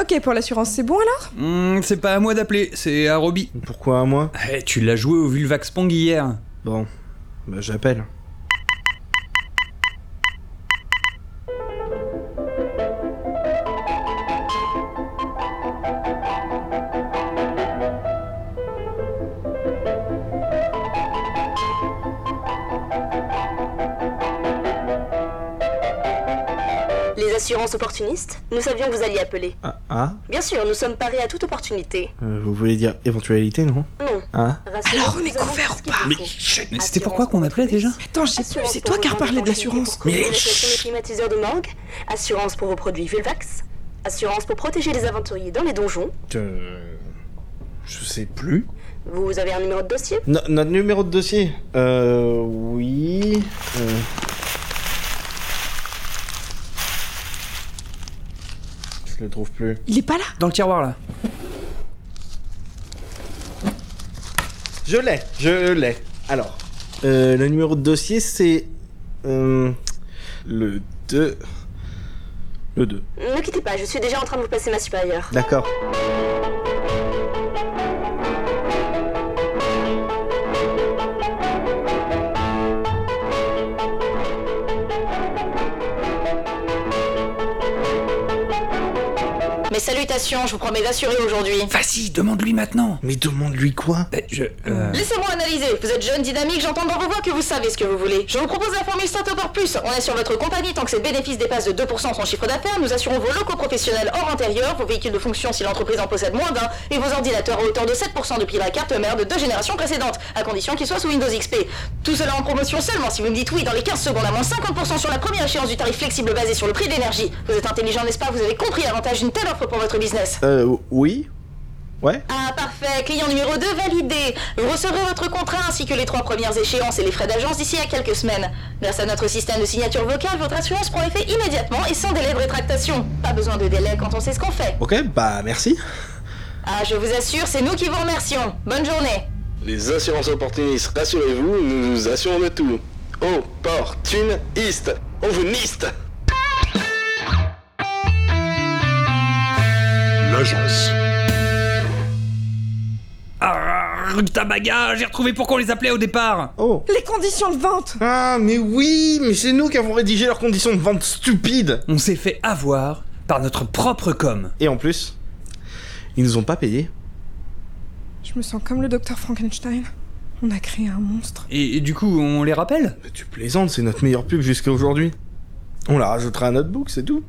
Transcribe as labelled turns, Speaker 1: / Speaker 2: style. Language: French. Speaker 1: Ok, pour l'assurance, c'est bon alors
Speaker 2: Hmm, c'est pas à moi d'appeler, c'est à Roby.
Speaker 3: Pourquoi à moi
Speaker 2: Eh, tu l'as joué au Vulvax Pong hier.
Speaker 3: Bon, bah j'appelle.
Speaker 4: Les assurances opportunistes Nous savions que vous alliez appeler.
Speaker 3: Ah, ah
Speaker 4: Bien sûr, nous sommes parés à toute opportunité.
Speaker 3: euh, Vous voulez dire éventualité, non
Speaker 4: Non.
Speaker 3: Ah
Speaker 1: Alors, on est couvert ou pas
Speaker 2: Mais chut, mais c'était pourquoi qu'on appelait déjà
Speaker 1: Attends, j'ai plus, c'est toi qui as reparlé de l'assurance.
Speaker 4: Mais le climatiseur de morgue, assurance pour vos produits Vulvax, assurance pour protéger les aventuriers dans les donjons.
Speaker 3: euh, Je sais plus.
Speaker 4: Vous avez un numéro de dossier
Speaker 3: No- notre numéro de dossier Euh. Oui. euh, Je le trouve plus.
Speaker 1: Il est pas là
Speaker 2: Dans le tiroir là.
Speaker 3: Je l'ai, je l'ai. Alors, euh, le numéro de dossier c'est. euh, le 2. Le 2.
Speaker 4: Ne quittez pas, je suis déjà en train de vous passer ma supérieure.
Speaker 3: D'accord.
Speaker 5: Mes salutations, je vous promets d'assurer aujourd'hui.
Speaker 2: Vas-y, demande-lui maintenant.
Speaker 3: Mais demande-lui quoi
Speaker 2: Eh, je. euh,
Speaker 5: Laissez-moi analyser. Vous êtes jeune, dynamique, j'entends dans vos voix que vous savez ce que vous voulez. Je vous propose la formule Startup Plus. On assure votre compagnie tant que ses bénéfices dépassent de 2% son chiffre d'affaires. Nous assurons vos locaux professionnels hors intérieur, vos véhicules de fonction si l'entreprise en possède moins d'un, et vos ordinateurs à hauteur de 7% depuis la carte mère de deux générations précédentes, à condition qu'ils soient sous Windows XP. Tout cela en promotion seulement si vous me dites oui dans les 15 secondes à moins 50% sur la première échéance du tarif flexible basé sur le prix de l'énergie. Vous êtes intelligent, n'est-ce pas Vous avez compris l'avantage d'une telle offre pour votre business.
Speaker 3: Euh, oui Ouais
Speaker 5: Ah parfait, client numéro 2 validé. Vous recevrez votre contrat ainsi que les trois premières échéances et les frais d'agence d'ici à quelques semaines. Grâce à notre système de signature vocale, votre assurance prend effet immédiatement et sans délai de rétractation. Pas besoin de délai quand on sait ce qu'on fait.
Speaker 3: Ok, bah merci.
Speaker 5: Ah je vous assure, c'est nous qui vous remercions. Bonne journée.
Speaker 6: Les assurances opportunistes, rassurez-vous, nous nous assurons de tout. Opportuniste, on vous niste
Speaker 7: L'agence.
Speaker 2: Ah, Rutabaga, j'ai retrouvé pourquoi on les appelait au départ.
Speaker 3: Oh
Speaker 1: Les conditions de vente
Speaker 3: Ah, mais oui Mais c'est nous qui avons rédigé leurs conditions de vente stupides
Speaker 2: On s'est fait avoir par notre propre com.
Speaker 3: Et en plus, ils nous ont pas payé.
Speaker 1: Je me sens comme le docteur Frankenstein. On a créé un monstre.
Speaker 2: Et, et du coup, on les rappelle
Speaker 3: Mais tu plaisantes, c'est notre meilleure pub jusqu'à aujourd'hui. On la rajoutera à notre book, c'est tout.